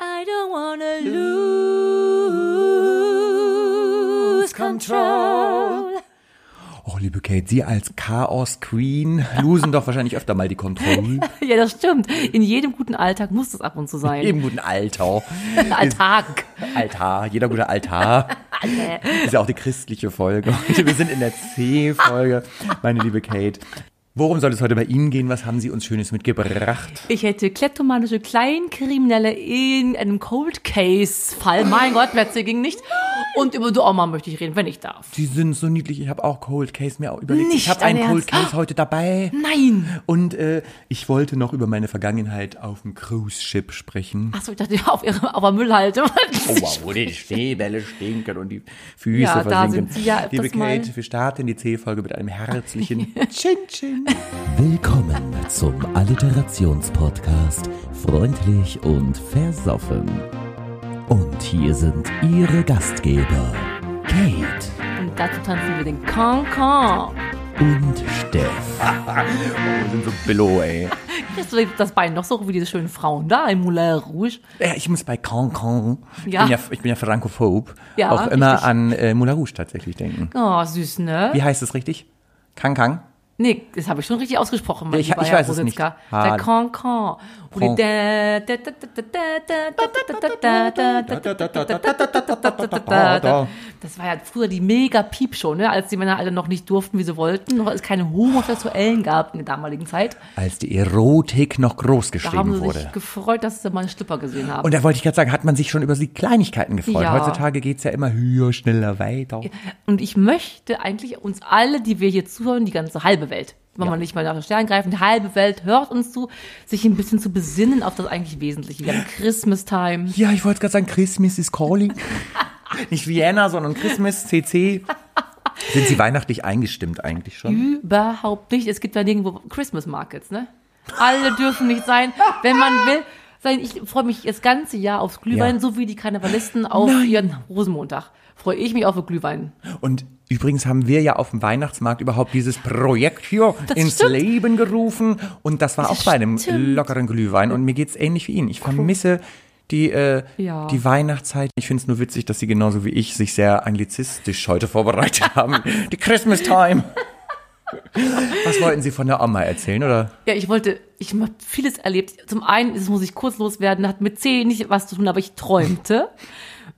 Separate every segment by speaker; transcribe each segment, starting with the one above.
Speaker 1: I don't wanna lose control.
Speaker 2: Oh, liebe Kate, Sie als Chaos Queen losen doch wahrscheinlich öfter mal die Kontrolle.
Speaker 1: Ja, das stimmt. In jedem guten Alltag muss das ab und zu sein.
Speaker 2: Eben guten Alter.
Speaker 1: Alltag.
Speaker 2: Altar, jeder gute Altar. Ist ja auch die christliche Folge. Heute, wir sind in der C-Folge, meine liebe Kate. Worum soll es heute bei Ihnen gehen? Was haben Sie uns Schönes mitgebracht?
Speaker 1: Ich hätte kleptomanische Kleinkriminelle in einem Cold Case Fall. Mein Gott, Plätze ging nicht. Und über die Oma möchte ich reden, wenn ich darf.
Speaker 2: Sie sind so niedlich. Ich habe auch Cold Case mir auch überlegt.
Speaker 1: Nicht
Speaker 2: ich habe
Speaker 1: dein
Speaker 2: einen Cold
Speaker 1: Ernst?
Speaker 2: Case heute dabei.
Speaker 1: Nein.
Speaker 2: Und äh, ich wollte noch über meine Vergangenheit auf dem Cruise Ship sprechen.
Speaker 1: Achso, ich dachte, auf ihrer auf der Müllhalde.
Speaker 2: Oh, wow, wo die Schneebälle stinken und die Füße
Speaker 1: Ja, da
Speaker 2: versinken.
Speaker 1: sind sie ja
Speaker 2: Liebe
Speaker 1: öfters mal.
Speaker 2: Kate, wir starten die C-Folge mit einem herzlichen Chin Chin.
Speaker 3: Willkommen zum Alliterationspodcast Freundlich und Versoffen. Und hier sind Ihre Gastgeber, Kate
Speaker 1: Und dazu tanzen wir den Con-Con.
Speaker 3: und Steff.
Speaker 2: Wir Oh, sind so below, ey.
Speaker 1: Deswegen das Bein noch so wie diese schönen Frauen da im Moulin Rouge.
Speaker 2: Ja, ich muss bei Cancun, ich,
Speaker 1: Ja.
Speaker 2: bin ja, ich bin ja frankophob,
Speaker 1: Ja,
Speaker 2: auch immer
Speaker 1: richtig.
Speaker 2: an äh, Moulin Rouge tatsächlich denken.
Speaker 1: Oh, süß, ne?
Speaker 2: Wie heißt es richtig? Cancun?
Speaker 1: Nee, das habe ich schon richtig ausgesprochen, mein
Speaker 2: Ich-
Speaker 1: lieber
Speaker 2: ich
Speaker 1: Herr
Speaker 2: weiß es nicht.
Speaker 1: Rositzka.
Speaker 2: Ah.
Speaker 1: Der Con-Con. Wo die
Speaker 2: Con.
Speaker 1: da- da- da- da- da- da- da- da- da- da- da-
Speaker 2: Ah,
Speaker 1: Das war ja früher die mega Piepshow, ne? als die Männer alle noch nicht durften, wie sie wollten, noch als es keine Homosexuellen gab in der damaligen Zeit.
Speaker 2: Als die Erotik noch groß
Speaker 1: Da haben
Speaker 2: geschrieben
Speaker 1: sie
Speaker 2: wurde.
Speaker 1: sich gefreut, dass sie mal einen Schlipper gesehen haben.
Speaker 2: Und da wollte ich gerade sagen, hat man sich schon über die Kleinigkeiten gefreut.
Speaker 1: Ja.
Speaker 2: Heutzutage geht's ja immer höher, schneller, weiter.
Speaker 1: Und ich möchte eigentlich uns alle, die wir hier zuhören, die ganze halbe Welt, wenn man nicht mal nach den Sternen greifen, die halbe Welt hört uns zu, sich ein bisschen zu besinnen auf das eigentlich Wesentliche. Wir haben Christmas Time.
Speaker 2: Ja, ich wollte gerade sagen, Christmas is calling. Nicht Vienna, sondern Christmas, CC. Sind Sie weihnachtlich eingestimmt eigentlich schon?
Speaker 1: Überhaupt nicht. Es gibt ja nirgendwo Christmas Markets, ne? Alle dürfen nicht sein, wenn man will. Sein. Ich freue mich das ganze Jahr aufs Glühwein,
Speaker 2: Ja.
Speaker 1: so wie die Karnevalisten auf ihren Rosenmontag. Freue ich mich auf den Glühwein.
Speaker 2: Und übrigens haben wir ja auf dem Weihnachtsmarkt überhaupt dieses Projekt hier
Speaker 1: Das
Speaker 2: ins
Speaker 1: stimmt.
Speaker 2: Leben gerufen. Und das war
Speaker 1: Das
Speaker 2: auch bei einem
Speaker 1: stimmt.
Speaker 2: lockeren Glühwein. Und mir geht's ähnlich wie Ihnen. Ich vermisse die, äh,
Speaker 1: Ja.
Speaker 2: die Weihnachtszeit. Ich find's nur witzig, dass Sie genauso wie ich sich sehr anglizistisch heute vorbereitet haben. Die Christmas Time. Was wollten Sie von der Oma erzählen, oder?
Speaker 1: Ja, ich wollte, ich habe vieles erlebt. Zum einen, das muss ich kurz loswerden, hat mit C nicht was zu tun, aber ich träumte.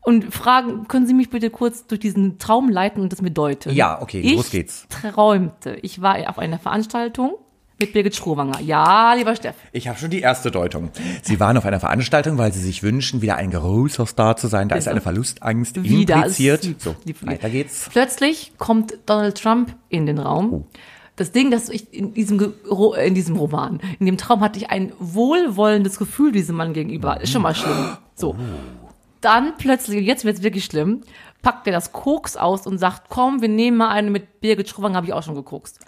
Speaker 1: Und fragen, können Sie mich bitte kurz durch diesen Traum leiten und das mir deuten?
Speaker 2: Ja, okay,
Speaker 1: ich
Speaker 2: los geht's.
Speaker 1: träumte. Ich war auf einer Veranstaltung mit Birgit Schrowanger. Ja, lieber Steff.
Speaker 2: Ich habe schon die erste Deutung. Sie waren auf einer Veranstaltung, weil Sie sich wünschen, wieder ein großer Star zu sein. Da ist eine Verlustangst
Speaker 1: Wieder.
Speaker 2: impliziert.
Speaker 1: Es lief-
Speaker 2: So,
Speaker 1: lief-
Speaker 2: weiter geht's. Oh.
Speaker 1: Plötzlich kommt Donald Trump in den Raum. Das Ding, dass ich in diesem, Ge- Ro- äh, in diesem Roman, in dem Traum hatte ich ein wohlwollendes Gefühl diesem Mann gegenüber. Ist schon mal schlimm. So.
Speaker 2: Oh.
Speaker 1: Dann plötzlich, jetzt wird's wirklich schlimm, packt er das Koks aus und sagt, komm, wir nehmen mal eine mit Birgit Schrubbang, habe ich auch schon gekokst.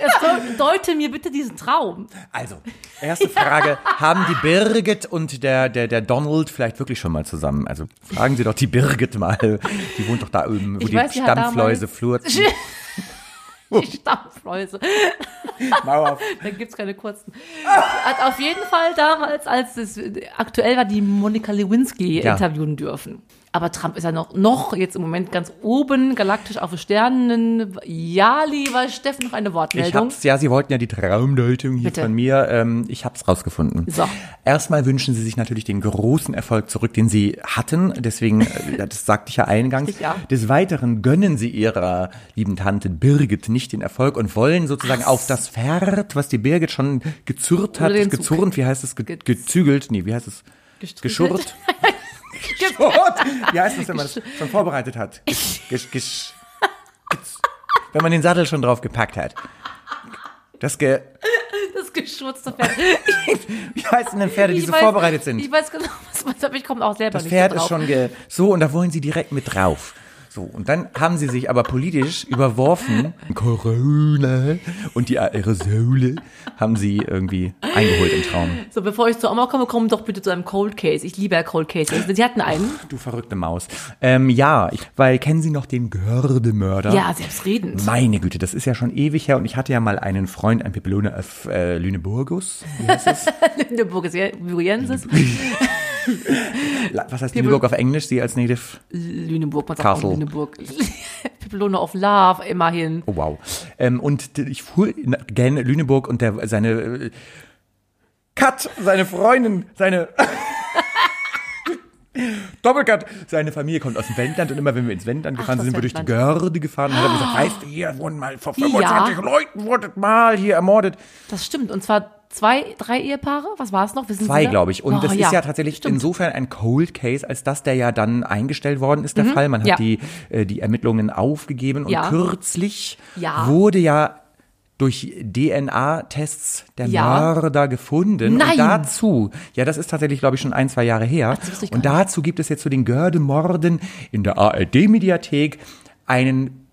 Speaker 1: Jetzt deu- deute mir bitte diesen Traum.
Speaker 2: Also, erste Frage. Haben die Birgit und der, der, der Donald vielleicht wirklich schon mal zusammen? Also, fragen Sie doch die Birgit mal. Die wohnt doch da oben, wo
Speaker 1: Ich
Speaker 2: die
Speaker 1: weiß, sie hat
Speaker 2: Stammfläuse
Speaker 1: damals-
Speaker 2: flurzen. Oh.
Speaker 1: Die Stammfläuse.
Speaker 2: Mauer.
Speaker 1: Da gibt's keine kurzen. Hat auf jeden Fall damals, als es aktuell war, die Monika Lewinsky
Speaker 2: Ja.
Speaker 1: interviewen dürfen. Aber Trump ist ja noch, noch jetzt im Moment ganz oben, galaktisch auf den Sternen. Ja, lieber Steffen, noch eine
Speaker 2: Ich
Speaker 1: Wortmeldung.
Speaker 2: hab's, ja, Sie wollten ja die Traumdeutung hier
Speaker 1: Bitte.
Speaker 2: von mir. Ähm, ich hab's rausgefunden.
Speaker 1: So.
Speaker 2: Erstmal wünschen Sie sich natürlich den großen Erfolg zurück, den Sie hatten. Deswegen, äh, das sagte ich ja eingangs.
Speaker 1: Richtig, ja.
Speaker 2: Des Weiteren gönnen Sie Ihrer lieben Tante Birgit nicht den Erfolg und wollen sozusagen auf das Pferd, was die Birgit schon gezürrt hat,
Speaker 1: Oder den Zug.
Speaker 2: gezurrt, wie heißt es, ge
Speaker 1: Gez-
Speaker 2: gezügelt, nee, wie heißt es?
Speaker 1: Gestriegelt?
Speaker 2: Geschurrt. Geschurrt. Wie heißt das, wenn man das schon vorbereitet hat? Gesch, gesch, gesch, gez- wenn man den Sattel schon drauf gepackt hat. Das ge
Speaker 1: Das geschürzte Pferd.
Speaker 2: wie heißen denn Pferde, die
Speaker 1: Ich
Speaker 2: so
Speaker 1: weiß-
Speaker 2: vorbereitet sind?
Speaker 1: Ich weiß genau, was man sagt. Ich komme auch selber
Speaker 2: Das
Speaker 1: nicht
Speaker 2: Pferd
Speaker 1: so
Speaker 2: ist
Speaker 1: drauf.
Speaker 2: schon ge so und da wollen sie direkt mit drauf. So, und dann haben sie sich aber politisch überworfen. Corona und die Aerosole haben sie irgendwie eingeholt im Traum.
Speaker 1: So, bevor ich zur Oma komme, komm doch bitte zu einem Cold Case. Ich liebe ja Cold Cases. Sie hatten einen.
Speaker 2: Du verrückte Maus. Ähm, ja, ich, weil kennen Sie noch den Gördemörder?
Speaker 1: Ja, selbstredend.
Speaker 2: Meine Güte, das ist ja schon ewig her und ich hatte ja mal einen Freund, ein äh, Pipelone auf äh, Lüneburgus. Wie heißt das?
Speaker 1: Lüneburgiensis.
Speaker 2: La- Was heißt Lüneburg auf Englisch? Sie als Native?
Speaker 1: Lüneburg, man sagt auch
Speaker 2: Castle.
Speaker 1: Lüneburg. Pipelone of Love, immerhin.
Speaker 2: Oh, wow. Ähm, und d- ich fuhr in- gen Lüneburg und der, seine äh, Kat, seine Freundin, seine Doppelkat, seine Familie kommt aus dem Wendland und immer wenn wir ins Wendland gefahren
Speaker 1: das
Speaker 2: sind, sind wir durch die
Speaker 1: Wendland.
Speaker 2: Görde gefahren und hat er gesagt, weißt du, hier wurden mal vor 25
Speaker 1: Ja.
Speaker 2: Leuten wurden mal hier ermordet.
Speaker 1: Das stimmt. Und zwar zwei, drei Ehepaare. Was war es noch? Wissen Sie
Speaker 2: Zwei,
Speaker 1: da?
Speaker 2: glaube ich. Und
Speaker 1: Oh,
Speaker 2: das ist ja tatsächlich insofern ein Cold Case, als dass der ja dann eingestellt worden ist, der Fall. Man hat
Speaker 1: Mhm. Ja.
Speaker 2: die, äh, die Ermittlungen aufgegeben und
Speaker 1: Ja.
Speaker 2: kürzlich
Speaker 1: Ja.
Speaker 2: wurde ja durch DNA-Tests der
Speaker 1: Ja.
Speaker 2: Mörder gefunden.
Speaker 1: Nein.
Speaker 2: Und dazu, ja, das ist tatsächlich, glaube ich, schon ein, zwei Jahre her.
Speaker 1: das wusste ich gar
Speaker 2: Und dazu gibt es jetzt zu den Görde-Morden in der ARD-Mediathek einen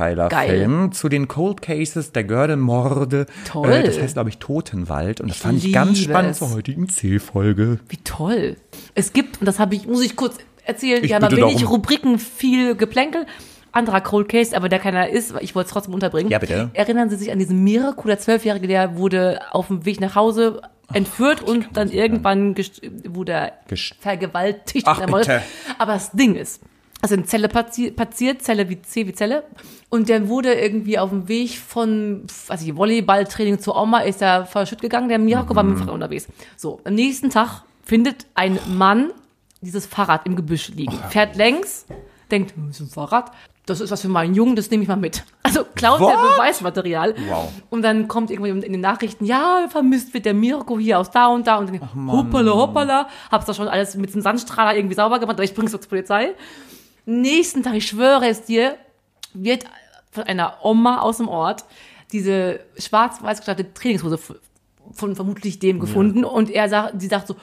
Speaker 2: Vierteiler-Film zu den Cold Cases der Görde-Morde.
Speaker 1: Toll.
Speaker 2: Äh, Das heißt, glaube ich, Totenwald. Und das fand ich ganz
Speaker 1: liebe
Speaker 2: spannend
Speaker 1: es.
Speaker 2: zur heutigen C-Folge.
Speaker 1: Wie toll. Es gibt, und das habe ich, muss ich kurz erzählen,
Speaker 2: Ich
Speaker 1: wir haben ja
Speaker 2: bitte
Speaker 1: wenig
Speaker 2: darum.
Speaker 1: Rubriken, viel Geplänkel. Anderer Cold Case, aber der keiner ist, weil ich wollte es trotzdem unterbringen.
Speaker 2: Ja, bitte.
Speaker 1: Erinnern Sie sich an diesen Mirko, der Zwölfjährige, der wurde auf dem Weg nach Hause entführt und dann irgendwann gest- wurde er
Speaker 2: Gest-
Speaker 1: vergewaltigt.
Speaker 2: Ach,
Speaker 1: und ermordet.
Speaker 2: bitte.
Speaker 1: Aber das Ding ist, also in Zelle passi- passiert, Zelle wie C wie Zelle. Und der wurde irgendwie auf dem Weg von, weiß ich, Volleyballtraining zur Oma ist er verschütt gegangen. Der Mirko
Speaker 2: Mhm.
Speaker 1: war mit dem Fahrrad unterwegs. So, am nächsten Tag findet ein Mann dieses Fahrrad im Gebüsch liegen. Fährt längs, denkt, hm, ist ein Fahrrad. Das ist was für meinen Jungen, das nehme ich mal mit. Also klaut der
Speaker 2: What?
Speaker 1: Beweismaterial.
Speaker 2: Wow.
Speaker 1: Und dann kommt irgendwie in den Nachrichten, ja, vermisst wird der Mirko hier aus da und da. Und dann denk ich, hoppala, hoppala. Hab's da schon alles mit dem Sandstrahler irgendwie sauber gemacht, aber ich bring's zur Polizei. Nächsten Tag, ich schwöre es dir, wird von einer Oma aus dem Ort diese schwarz-weiß gestaltete Trainingshose f- von vermutlich dem gefunden. Und er sagt, sie sagt so,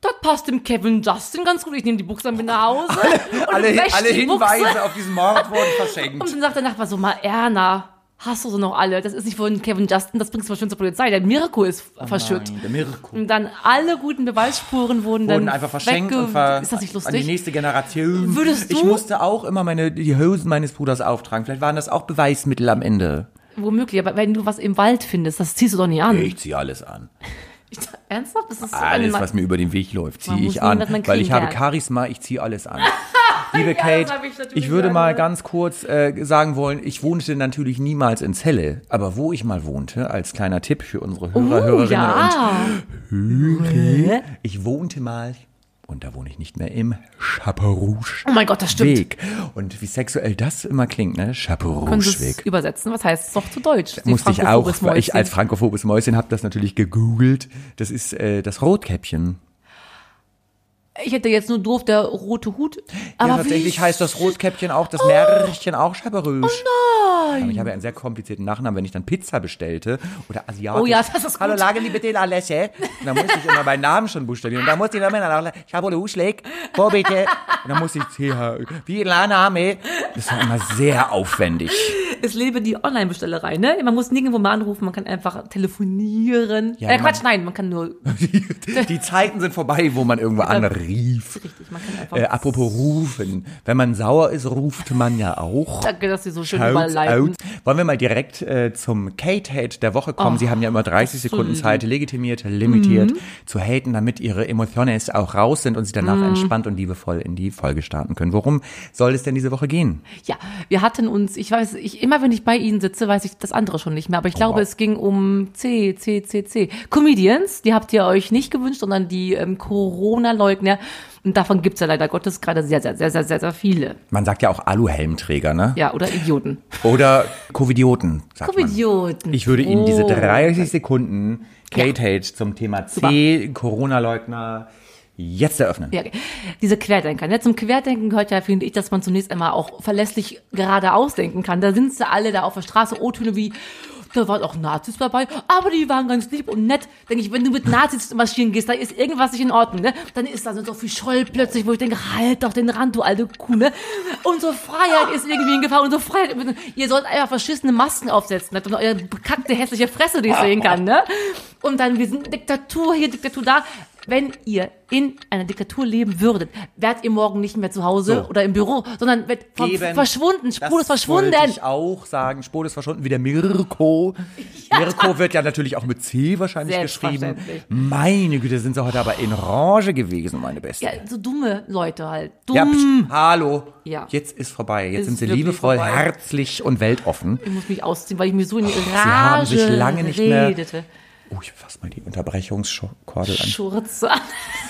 Speaker 1: das passt dem Kevin Justin ganz gut. Ich nehme die Buchse dann mit nach Hause. und
Speaker 2: Alle,
Speaker 1: wäscht
Speaker 2: alle
Speaker 1: die Buchse.
Speaker 2: Hinweise auf diesen Mord wurden
Speaker 1: Und
Speaker 2: verschenkt.
Speaker 1: dann sagt der Nachbar so, mal Erna, hast du so noch alle? Das ist nicht von Kevin Justin, das bringst du mal schön zur Polizei. Der Mirko ist verschütt.
Speaker 2: Oh Nein, der Mirko.
Speaker 1: Und dann alle guten Beweisspuren wurden dann
Speaker 2: Wurden einfach verschenkt
Speaker 1: wegge-
Speaker 2: und ver
Speaker 1: Ist das nicht
Speaker 2: an die
Speaker 1: lustig?
Speaker 2: nächste Generation.
Speaker 1: Würdest
Speaker 2: ich
Speaker 1: du-
Speaker 2: musste auch immer meine, die Hosen meines Bruders auftragen. Vielleicht waren das auch Beweismittel am Ende.
Speaker 1: Womöglich, aber wenn du was im Wald findest, das ziehst du doch nicht an.
Speaker 2: Ich ziehe alles an.
Speaker 1: Ich dachte, Ernsthaft? Das ist so
Speaker 2: Alles,
Speaker 1: eine-
Speaker 2: was mir über den Weg läuft,
Speaker 1: Man
Speaker 2: ziehe
Speaker 1: muss
Speaker 2: ich
Speaker 1: nehmen,
Speaker 2: an.
Speaker 1: was man
Speaker 2: Weil ich
Speaker 1: kriegen
Speaker 2: habe
Speaker 1: kann.
Speaker 2: Charisma, ich ziehe alles an. Liebe Kate,
Speaker 1: hab ich
Speaker 2: ich,
Speaker 1: natürlich
Speaker 2: würde
Speaker 1: gerne.
Speaker 2: mal ganz kurz äh, sagen wollen, ich wohnte natürlich niemals in Celle, aber wo ich mal wohnte, als kleiner Tipp für unsere Hörer,
Speaker 1: Oh,
Speaker 2: Hörerinnen und
Speaker 1: ja.
Speaker 2: Ich wohnte mal, und da wohne ich nicht mehr, im Chaperouche.
Speaker 1: Oh mein Gott, das stimmt.
Speaker 2: Weg. Und wie sexuell das immer klingt, ne?
Speaker 1: Kannst du es
Speaker 2: Chaperouche-Weg.
Speaker 1: übersetzen? Was heißt es doch zu Deutsch? Sie
Speaker 2: Musste ich auch,
Speaker 1: frankophobes
Speaker 2: weil ich
Speaker 1: Mäuschen.
Speaker 2: als frankophobes Mäuschen habe das natürlich gegoogelt. Das ist äh, das Rotkäppchen.
Speaker 1: Ich hätte jetzt nur doof der rote Hut. Aber
Speaker 2: ja, tatsächlich
Speaker 1: wie, Oh!
Speaker 2: heißt das Rotkäppchen auch, das Närrchen auch Chaperouche. Oh nein! Aber ich habe ja einen sehr komplizierten Nachnamen, wenn ich dann Pizza bestellte oder asiatisch.
Speaker 1: Oh ja, das ist gut.
Speaker 2: Hallo, lage bitte la Lässe. Und dann musste ich immer meinen Namen schon buchstabieren. Und dann musste ich immer nach Chaperouche leg, wo bitte. Und dann musste ich CH, wie la Name. Das war immer sehr aufwendig.
Speaker 1: es lebe die Online-Bestellerei, ne? Man muss nirgendwo mal anrufen, man kann einfach telefonieren.
Speaker 2: Ja,
Speaker 1: äh,
Speaker 2: wenn man-
Speaker 1: Quatsch, nein, man kann nur
Speaker 2: Die, die Zeiten sind vorbei, wo man irgendwo anrief.
Speaker 1: Richtig, man kann einfach.
Speaker 2: Äh, apropos rufen. Wenn man sauer ist, ruft man ja auch.
Speaker 1: Danke, dass Sie so schön
Speaker 2: Out,
Speaker 1: überleiten.
Speaker 2: out. Wollen wir mal direkt äh, zum Kate-Hate der Woche kommen? Sie haben ja immer 30 Sekunden Zeit, legitimiert, limitiert,
Speaker 1: Mhm.
Speaker 2: zu haten, damit ihre Emotionen auch raus sind und sie danach
Speaker 1: Mhm.
Speaker 2: entspannt und liebevoll in die Folge starten können. Worum soll es denn diese Woche gehen?
Speaker 1: Ja, wir hatten uns, ich weiß, ich immer wenn ich bei Ihnen sitze, weiß ich das andere schon nicht mehr, aber ich glaube,
Speaker 2: Oh, wow.
Speaker 1: es ging um C, C, C, C. Comedians, die habt ihr euch nicht gewünscht, sondern die ähm, Corona-Leugner. Und davon gibt's ja leider Gottes gerade sehr, sehr, sehr, sehr, sehr, sehr viele.
Speaker 2: Man sagt ja auch Aluhelmträger, ne?
Speaker 1: Ja, oder Idioten.
Speaker 2: Oder Covidioten, sagt man.
Speaker 1: Covidioten.
Speaker 2: Ich würde Ihnen diese
Speaker 1: Oh.
Speaker 2: 30 Sekunden Kate-Hate zum Thema C, Corona-Leugner, jetzt eröffnen.
Speaker 1: Ja, diese Querdenker. Ne? Zum Querdenken gehört ja, finde ich, dass man zunächst einmal auch verlässlich geradeaus denken kann. Da sind sie alle da auf der Straße, O-Töne wie, da waren auch Nazis dabei, aber die waren ganz lieb und nett. Denke ich, wenn du mit Nazis marschieren gehst, da ist irgendwas nicht in Ordnung. Ne? Dann ist da so Sophie Scholl plötzlich, wo ich denke, halt doch den Rand, du alte Kuh. Ne? Unsere Freiheit ist irgendwie in Gefahr. Unsere Freiheit, ihr sollt einfach verschissene Masken aufsetzen, damit man eure bekackte, hässliche Fresse nicht sehen kann. Ne? Und dann, wir sind Diktatur hier, Diktatur da. wenn ihr in einer Diktatur leben würdet, wärt ihr morgen nicht mehr zu Hause
Speaker 2: So.
Speaker 1: oder im Büro, sondern wärt ver-
Speaker 2: Eben.
Speaker 1: verschwunden. Spur ist
Speaker 2: Wollte
Speaker 1: verschwunden.
Speaker 2: ich auch sagen. Spur ist verschwunden, wie der Mirko. Mirko wird ja natürlich auch mit C wahrscheinlich geschrieben.
Speaker 1: Selbstverständlich.
Speaker 2: Meine Güte, sind sie heute aber in Range gewesen, meine Beste.
Speaker 1: Ja, so dumme Leute halt. Dumm.
Speaker 2: Ja, pst, hallo.
Speaker 1: Ja.
Speaker 2: Jetzt ist vorbei. Jetzt
Speaker 1: Ist
Speaker 2: sind sie
Speaker 1: wirklich
Speaker 2: liebevoll,
Speaker 1: vorbei.
Speaker 2: herzlich und weltoffen.
Speaker 1: Ich muss mich ausziehen, weil ich mir so in Rage
Speaker 2: haben sich lange nicht mehr-
Speaker 1: redete.
Speaker 2: Oh, ich fasse mal die Unterbrechungskordel an.
Speaker 1: Schurze.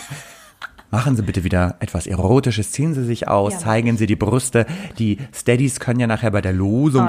Speaker 2: Machen Sie bitte wieder etwas Erotisches, ziehen Sie sich aus,
Speaker 1: Ja.
Speaker 2: zeigen Sie die Brüste. Die Steadies können ja nachher bei der Losung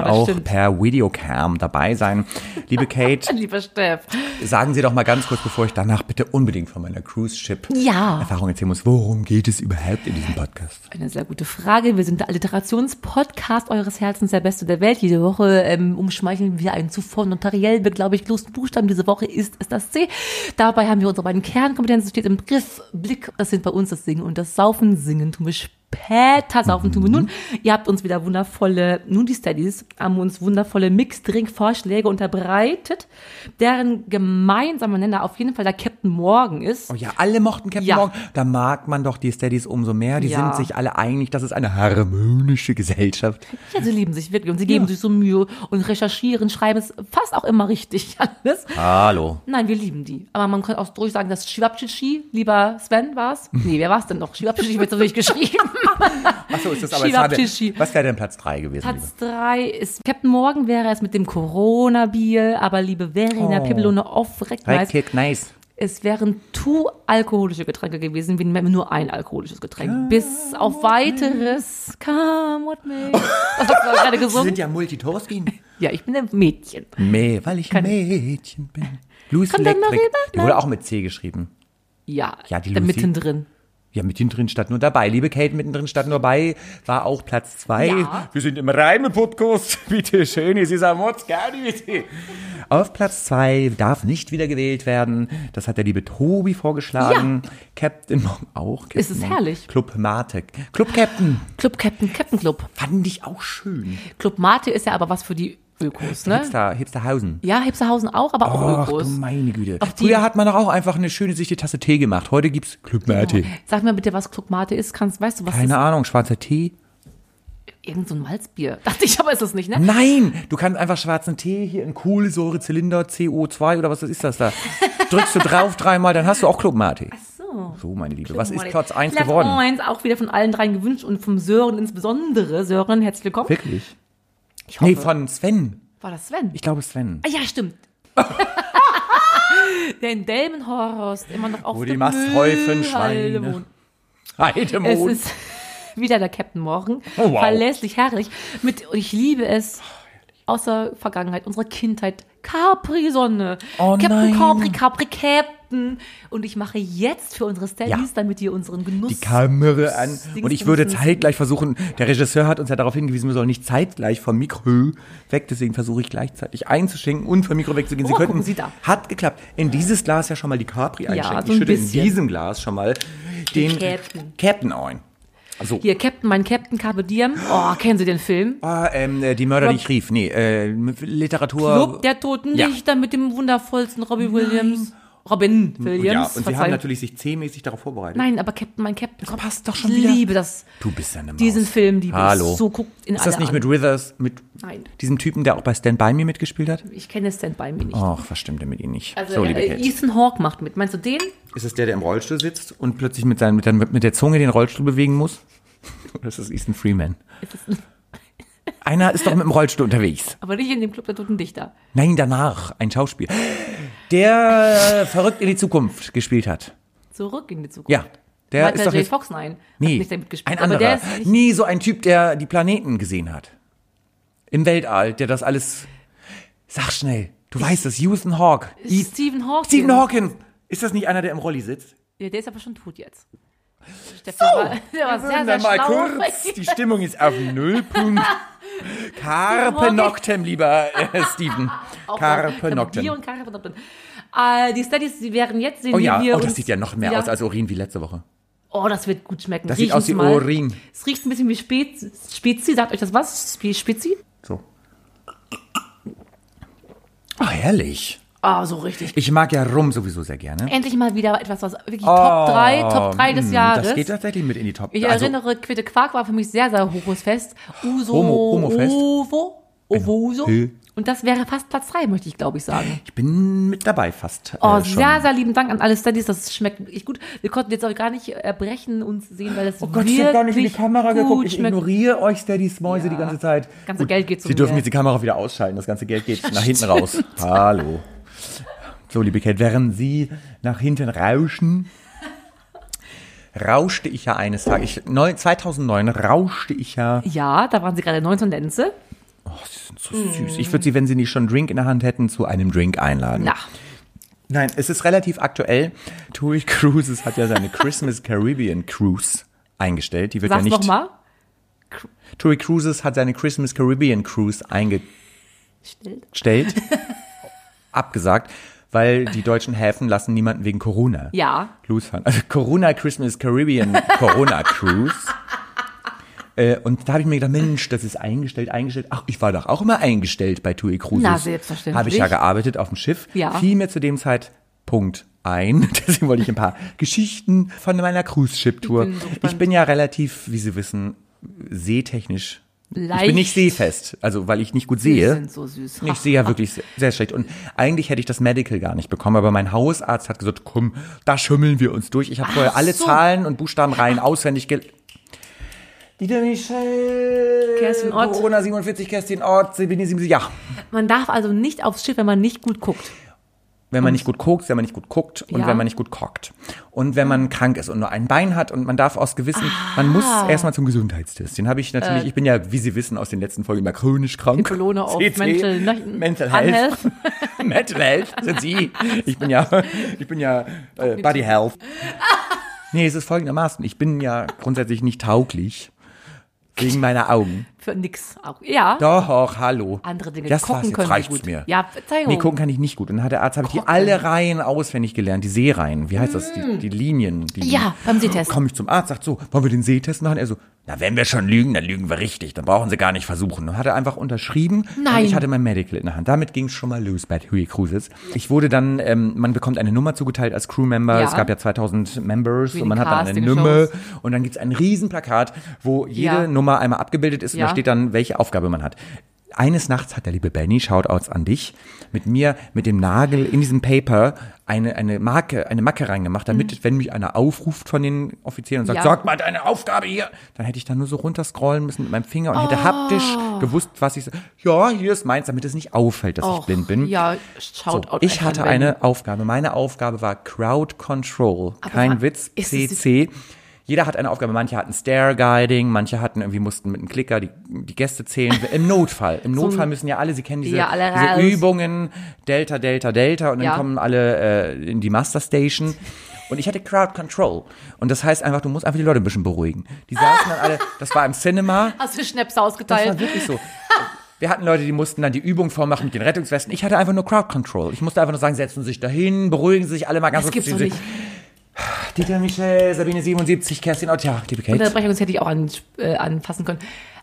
Speaker 1: Ah, das
Speaker 2: auch
Speaker 1: stimmt.
Speaker 2: per Videocam dabei sein. Liebe Kate,
Speaker 1: Lieber Steff.
Speaker 2: sagen Sie doch mal ganz kurz, bevor ich danach bitte unbedingt von meiner
Speaker 1: Ja.
Speaker 2: Cruise-Ship-Erfahrung erzählen muss, worum geht es überhaupt in diesem Podcast?
Speaker 1: Eine sehr gute Frage. Wir sind der Alliterationspodcast eures Herzens, der Beste der Welt. Jede Woche ähm, umschmeicheln wir einen zuvor notariell beglaubiglosen Buchstaben. Diese Woche ist es das C. Dabei haben wir unsere beiden Kernkompetenzen steht im Griff, Blick. Das sind bei uns das Singen und das Saufen. Singen tun wir später, saufen tun wir nun. Ihr habt uns wieder wundervolle, nun die Studies, haben uns wundervolle Mix-Drink-Vorschläge unterbreitet, deren gemeinsamer Nenner auf jeden Fall der Captain Morgan ist.
Speaker 2: Oh ja, alle mochten Captain
Speaker 1: Ja.
Speaker 2: Morgan. Da mag man doch die Steadies umso mehr. Die
Speaker 1: Ja.
Speaker 2: sind sich alle einig, das ist eine harmonische Gesellschaft.
Speaker 1: Ja, sie lieben sich wirklich und sie geben sich so Mühe und recherchieren, schreiben es fast auch immer richtig alles.
Speaker 2: Hallo.
Speaker 1: Nein, wir lieben die. Aber man könnte auch durch sagen, dass Schwabschitschi, lieber Sven war's.
Speaker 2: Hm.
Speaker 1: Nee, wer war's denn noch? Schwabschitschi wird natürlich geschrieben.
Speaker 2: Achso, ist das aber
Speaker 1: Shiva
Speaker 2: jetzt
Speaker 1: Pishi.
Speaker 2: habe, Was wäre denn Platz drei gewesen? liebe?
Speaker 1: Platz drei ist Captain Morgan wäre es mit dem Corona-Bier, aber liebe Verena
Speaker 2: Oh.
Speaker 1: Pibelone aufreckt
Speaker 2: Drei
Speaker 1: weiß,
Speaker 2: Kick, nice.
Speaker 1: es wären two alkoholische Getränke gewesen, wie nur ein alkoholisches Getränk. Bis auf weiteres. Come with me. Das hast du gerade
Speaker 2: Sie
Speaker 1: gesungen.
Speaker 2: sind ja Multitasking.
Speaker 1: Ja, ich bin ein Mädchen.
Speaker 2: Mäh, weil ich ein Mädchen bin. Louis
Speaker 1: Kommt dann
Speaker 2: Electric.
Speaker 1: noch rüber?
Speaker 2: Die wurde auch mit C geschrieben.
Speaker 1: Ja,
Speaker 2: Ja, die
Speaker 1: da
Speaker 2: Lucy.
Speaker 1: mittendrin.
Speaker 2: Ja, mittendrin statt nur dabei. Liebe Kate, mittendrin statt nur bei war auch Platz zwei.
Speaker 1: Ja.
Speaker 2: Wir sind im Reime-Podcast. Bitte schön, es ist am Auf Platz zwei darf nicht wieder gewählt werden. Das hat der liebe Tobi vorgeschlagen. Captain Mom auch. Captain
Speaker 1: Es ist
Speaker 2: Mom.
Speaker 1: herrlich.
Speaker 2: Club Matic. Club Captain.
Speaker 1: Club Captain, Captain Club.
Speaker 2: Fand ich auch schön.
Speaker 1: Club Mate ist ja aber was für die Ökos, ne?
Speaker 2: Hipster, Hipsterhausen.
Speaker 1: Ja, Hipsterhausen auch, aber auch
Speaker 2: Ach du
Speaker 1: Ökos.
Speaker 2: meine Güte.
Speaker 1: Ach, die-
Speaker 2: Früher hat man doch auch einfach eine schöne sich die Tasse Tee gemacht. Heute gibt's Club Matic.
Speaker 1: Sag mir bitte, was Club Mate ist. Kannst, weißt du, was
Speaker 2: Keine Ahnung, schwarzer Tee.
Speaker 1: das ist? Irgend so ein Malzbier. Dachte ich, aber ist das nicht, ne?
Speaker 2: Hm. Nein, du kannst einfach schwarzen Tee hier in Kohlensäurezylinder CO2 oder was ist das da? Drückst du drauf dreimal, dann hast du auch Clubmate.
Speaker 1: So.
Speaker 2: So, meine Liebe, was ist
Speaker 1: Morning.
Speaker 2: Platz 1
Speaker 1: Platz
Speaker 2: geworden?
Speaker 1: 1 auch wieder von allen dreien gewünscht und vom Sören insbesondere. Sören, herzlich willkommen.
Speaker 2: Wirklich?
Speaker 1: Ich hoffe,
Speaker 2: Nee, von Sven.
Speaker 1: war das Sven?
Speaker 2: Ich glaube Sven.
Speaker 1: ah, ja, stimmt. Der in Delmenhorst immer noch auf
Speaker 2: Wo
Speaker 1: der
Speaker 2: die Masthäufen,
Speaker 1: Müllhalde
Speaker 2: Schweine.
Speaker 1: wohnt. Es
Speaker 2: Heidemond.
Speaker 1: ist wieder der Captain Morgan.
Speaker 2: Oh, wow. Ah,
Speaker 1: Verlässlich, herrlich. Mit, und ich liebe es. Aus der Vergangenheit, unserer Kindheit. Capri-Sonne.
Speaker 2: Oh
Speaker 1: Captain
Speaker 2: nein.
Speaker 1: Capri, Capri, Captain. Und ich mache jetzt für unsere Standys,
Speaker 2: Ja.
Speaker 1: damit ihr unseren Genuss.
Speaker 2: die Kamera an.
Speaker 1: Dings,
Speaker 2: Und ich würde
Speaker 1: Dings, Dings.
Speaker 2: zeitgleich versuchen, der Regisseur hat uns ja darauf hingewiesen, wir sollen nicht zeitgleich vom Mikro weg, deswegen versuche ich gleichzeitig einzuschenken und vom Mikro wegzugehen. Sie
Speaker 1: Oh,
Speaker 2: könnten,
Speaker 1: gucken Sie da.
Speaker 2: hat geklappt, in dieses Glas ja schon mal die Capri einschenken.
Speaker 1: so ein
Speaker 2: ich schütte in
Speaker 1: bisschen.
Speaker 2: diesem Glas schon mal den
Speaker 1: Captain.
Speaker 2: Captain ein. Also,
Speaker 1: Hier, Captain, mein Captain Carpe Diem. Oh, kennen Sie den Film?
Speaker 2: ah, ähm, äh, die Mörder, die ich rief. Nee, äh, Literatur.
Speaker 1: Club der Toten
Speaker 2: Ja.
Speaker 1: Lichter mit dem wundervollsten Robbie Williams. Robin Williams.
Speaker 2: ja, und sie haben
Speaker 1: Verzeihung.
Speaker 2: natürlich sich C-mäßig darauf vorbereitet.
Speaker 1: Nein, aber Captain, mein Captain. Das
Speaker 2: passt doch schon
Speaker 1: ich
Speaker 2: wieder.
Speaker 1: liebe das.
Speaker 2: Du bist eine Maus.
Speaker 1: Diesen Film liebe ich.
Speaker 2: Hallo.
Speaker 1: So guckt ihn
Speaker 2: Ist das
Speaker 1: alle
Speaker 2: nicht
Speaker 1: an.
Speaker 2: mit Withers, mit
Speaker 1: Nein.
Speaker 2: diesem Typen, der auch bei Stand By Me mitgespielt hat?
Speaker 1: Ich kenne Stand By Me nicht.
Speaker 2: Och, was stimmt denn mit ihm nicht?
Speaker 1: Also
Speaker 2: Oh. so, liebe
Speaker 1: äh,
Speaker 2: Kate.
Speaker 1: Ethan Hawke macht mit. Meinst du den?
Speaker 2: Ist es der, der im Rollstuhl sitzt und plötzlich mit, seinen, mit, der, mit der Zunge den Rollstuhl bewegen muss? Oder ist das Ethan Freeman? Einer ist doch mit dem Rollstuhl unterwegs.
Speaker 1: Aber nicht in dem Club der Toten Dichter.
Speaker 2: Nein, danach. Ein Schauspiel. Der äh, verrückt in die Zukunft gespielt hat.
Speaker 1: Zurück in die Zukunft.
Speaker 2: Ja. Der
Speaker 1: Michael
Speaker 2: ist doch
Speaker 1: J.
Speaker 2: jetzt,
Speaker 1: Fox, nein. Hat
Speaker 2: nee,
Speaker 1: nicht damit gespielt.
Speaker 2: ein
Speaker 1: aber
Speaker 2: anderer.
Speaker 1: der ist nicht,
Speaker 2: Nee, so ein Typ, der die Planeten gesehen hat. Im Weltall, der das alles... Sag schnell. Du weißt es. Ethan Hawke. Ethan-
Speaker 1: Stephen Hawking.
Speaker 2: Stephen Hawking. Ist das nicht einer, der im Rolli sitzt?
Speaker 1: Ja, der ist aber schon tot jetzt. Stefan war, der war sehr,
Speaker 2: Hören
Speaker 1: sehr
Speaker 2: wir mal
Speaker 1: schlau.
Speaker 2: kurz. Die Stimmung ist auf Nullpunkt. Carpe Noctem, lieber äh, Steven.
Speaker 1: Auch
Speaker 2: Carpe
Speaker 1: bei Bier
Speaker 2: Noctem.
Speaker 1: und Carpe Noctem. Äh, die Studies, die wären jetzt, sehen
Speaker 2: Oh ja,
Speaker 1: wir
Speaker 2: oh, das
Speaker 1: uns-
Speaker 2: sieht ja noch mehr aus als Urin wie letzte Woche.
Speaker 1: Oh, das wird gut schmecken.
Speaker 2: Das sieht aus wie
Speaker 1: Riechen's mal.
Speaker 2: Urin.
Speaker 1: Es riecht ein bisschen wie Spezi. Spezi, sagt euch das was? Spezi?
Speaker 2: So. Oh, herrlich.
Speaker 1: Oh, Ah, so richtig.
Speaker 2: Ich mag ja Rum sowieso sehr gerne.
Speaker 1: Endlich mal wieder etwas, was wirklich Top 3, Top 3 des
Speaker 2: mh,
Speaker 1: Jahres.
Speaker 2: Ah. Hm, Das geht Also- tatsächlich mit in die Top
Speaker 1: Ich erinnere, Quitte Quark war für mich sehr, sehr hohes Fest. Uso,
Speaker 2: Homo- Homofest.
Speaker 1: Ovo, Ovoso.
Speaker 2: Hö.
Speaker 1: Und das wäre fast Platz 3, möchte ich, glaube ich, sagen.
Speaker 2: Ich bin mit dabei fast. äh,
Speaker 1: Oh,
Speaker 2: schon.
Speaker 1: sehr, sehr lieben Dank an alle Studies. Das schmeckt echt gut. Wir konnten jetzt auch gar nicht erbrechen, uns sehen, weil das
Speaker 2: Oh Gott, ich habe gar nicht in die
Speaker 1: wirklich
Speaker 2: Kamera
Speaker 1: gut
Speaker 2: geguckt. Ich
Speaker 1: schmeckt.
Speaker 2: ignoriere euch, Steadys Mäuse,
Speaker 1: Ja.
Speaker 2: die ganze Zeit.
Speaker 1: Das ganze Geld geht zu
Speaker 2: Sie dürfen
Speaker 1: mir.
Speaker 2: jetzt die Kamera wieder ausschalten. Das ganze Geld geht nach hinten raus. Hallo. So, liebe Kate, während Sie nach hinten rauschen, rauschte ich ja eines Tages. Ich, neu- 2009 rauschte ich ja.
Speaker 1: Ja, da waren sie gerade 19 Lenze.
Speaker 2: Oh, Sie sind so süß. Ich würde Sie, wenn Sie nicht schon einen Drink in der Hand hätten, zu einem Drink einladen.
Speaker 1: Na,
Speaker 2: Nein, es ist relativ aktuell. TUI Cruises hat ja seine Christmas Caribbean Cruise eingestellt. Die wird
Speaker 1: sag's
Speaker 2: ja nicht.
Speaker 1: nochmal.
Speaker 2: Tory Cruises hat seine Christmas Caribbean Cruise eingestellt, abgesagt, weil die deutschen Häfen lassen niemanden wegen Corona
Speaker 1: Ja.
Speaker 2: losfahren. Also Corona Christmas Caribbean Corona Cruise. Äh, Und da habe ich mir gedacht, Mensch, das ist eingestellt, eingestellt. Ach, ich war doch auch immer eingestellt bei TUI Cruises.
Speaker 1: Na, selbstverständlich.
Speaker 2: Habe ich ja gearbeitet auf dem Schiff.
Speaker 1: Ja.
Speaker 2: Fiel mir zu dem Zeitpunkt ein. Deswegen wollte ich ein paar Geschichten von meiner Cruise-Ship-Tour.
Speaker 1: Ich bin so gespannt.
Speaker 2: ich bin ja relativ, wie Sie wissen, seetechnisch. Ich
Speaker 1: Leicht.
Speaker 2: bin nicht seefest, also weil ich nicht gut
Speaker 1: Die
Speaker 2: sehe.
Speaker 1: sind so süß.
Speaker 2: Ich sehe ja wirklich se- sehr schlecht. Und eigentlich hätte ich das Medical gar nicht bekommen, aber mein Hausarzt hat gesagt, komm, da schummeln wir uns durch. Ich habe vorher alle
Speaker 1: so.
Speaker 2: Zahlen und Buchstaben rein auswendig gel... Dieter Michel,
Speaker 1: Kerstin Ott.
Speaker 2: Corona 47, Kerstin Ott, Sabine 77, ja.
Speaker 1: Man darf also nicht aufs Schiff, wenn man nicht gut guckt.
Speaker 2: Wenn man nicht gut guckt, wenn man nicht gut guckt und
Speaker 1: Ja.
Speaker 2: wenn man nicht gut kockt. Und wenn man krank ist und nur ein Bein hat und man darf aus Gewissen, man muss
Speaker 1: Ah.
Speaker 2: erstmal zum Gesundheitstest. Den habe ich natürlich, ich bin ja, wie Sie wissen, aus den letzten Folgen immer chronisch krank.
Speaker 1: Pylone Äh. auf
Speaker 2: CC,
Speaker 1: Mental-
Speaker 2: Mental
Speaker 1: Unhealth.
Speaker 2: Health. Mental Health sind Sie. Ich bin ja, ich bin ja äh, Body Health. Nee, es ist folgendermaßen. Ich bin ja grundsätzlich nicht tauglich. Wegen meiner Augen.
Speaker 1: Für nix. Auch. Ja.
Speaker 2: Doch, hallo.
Speaker 1: Andere Dinge.
Speaker 2: Das
Speaker 1: Kochen
Speaker 2: war's, jetzt
Speaker 1: können
Speaker 2: reicht's
Speaker 1: sie gut.
Speaker 2: mir.
Speaker 1: Ja, Verzeihung.
Speaker 2: Nee, gucken kann ich nicht gut. Und dann hat der Arzt, habe ich die alle Reihen auswendig gelernt, die Seereihen. Wie heißt das? Die, die Linien. Die
Speaker 1: Hm. Ja, beim Sehtest.
Speaker 2: Komme ich zum Arzt, sagt so, wollen wir den Sehtest machen? Er so, na, wenn wir schon lügen, dann lügen wir richtig. Dann brauchen sie gar nicht versuchen. Und hat er einfach unterschrieben.
Speaker 1: Nein.
Speaker 2: Und ich hatte mein Medical in der Hand. Damit ging es schon mal los bei Huey Cruises. Ich wurde dann, ähm, man bekommt eine Nummer zugeteilt als Crewmember.
Speaker 1: Ja.
Speaker 2: Es gab ja 2000 Members
Speaker 1: Wie
Speaker 2: und man
Speaker 1: die
Speaker 2: hat dann eine
Speaker 1: Castingshows.
Speaker 2: Nummer. Und dann gibt's ein Riesenplakat, wo jede
Speaker 1: Ja.
Speaker 2: Nummer einmal abgebildet ist und
Speaker 1: Ja.
Speaker 2: da steht dann, welche Aufgabe man hat. Eines Nachts hat der liebe Benny, Shoutouts an dich, mit mir mit dem Nagel in diesem Paper eine, eine Marke, eine Macke reingemacht, damit, wenn mich einer aufruft von den Offizieren und sagt,
Speaker 1: Mhm. Ja.
Speaker 2: sag mal deine Aufgabe hier, dann hätte ich da nur so runterscrollen müssen mit meinem Finger und
Speaker 1: Oh.
Speaker 2: hätte haptisch gewusst, was ich, sa- ja, hier ist meins, damit es nicht auffällt, dass ich
Speaker 1: Och,
Speaker 2: blind bin.
Speaker 1: Ja,
Speaker 2: So,
Speaker 1: schaut
Speaker 2: ich hatte eine Aufgabe. Meine Aufgabe war Crowd Control. Kein
Speaker 1: war-
Speaker 2: Witz,
Speaker 1: ist es-
Speaker 2: CC. Jeder hat eine Aufgabe. Manche hatten Stair Guiding, manche hatten irgendwie mussten mit einem Klicker die, die Gäste zählen. Im Notfall. Im Notfall müssen ja alle, Sie kennen diese,
Speaker 1: Ja, alle raus.
Speaker 2: diese Übungen, Delta, Delta, Delta und dann
Speaker 1: Ja.
Speaker 2: kommen alle äh, in die Master Station. Und ich hatte Crowd Control. Und das heißt einfach, du musst einfach die Leute ein bisschen beruhigen. Die saßen dann alle, das war im Cinema.
Speaker 1: Hast du Schnäpse
Speaker 2: Das war
Speaker 1: ausgeteilt?
Speaker 2: wirklich so. Wir hatten Leute, die mussten dann die Übung vormachen mit den Rettungswesten. Ich hatte einfach nur Crowd Control. Ich musste einfach nur sagen, setzen Sie sich dahin, beruhigen Sie sich alle mal ganz
Speaker 1: Das
Speaker 2: kurz.
Speaker 1: gibt's doch
Speaker 2: Sie-
Speaker 1: nicht.
Speaker 2: Dieter Michel, Sabine 77, Kerstin Ott, ja, liebe Kate.
Speaker 1: Unterbrechung das hätte ich auch an, äh, anfassen können.